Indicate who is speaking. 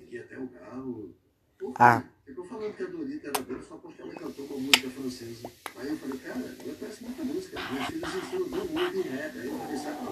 Speaker 1: aqui até o galo. Pô,
Speaker 2: Ah.
Speaker 1: Ficou falando que a Dorita era boa só porque ela cantou uma música francesa. Aí eu falei, cara, ela conhece muita música. Meus filhos ensinam do mundo em rap. Aí eu falei, sai pra lá.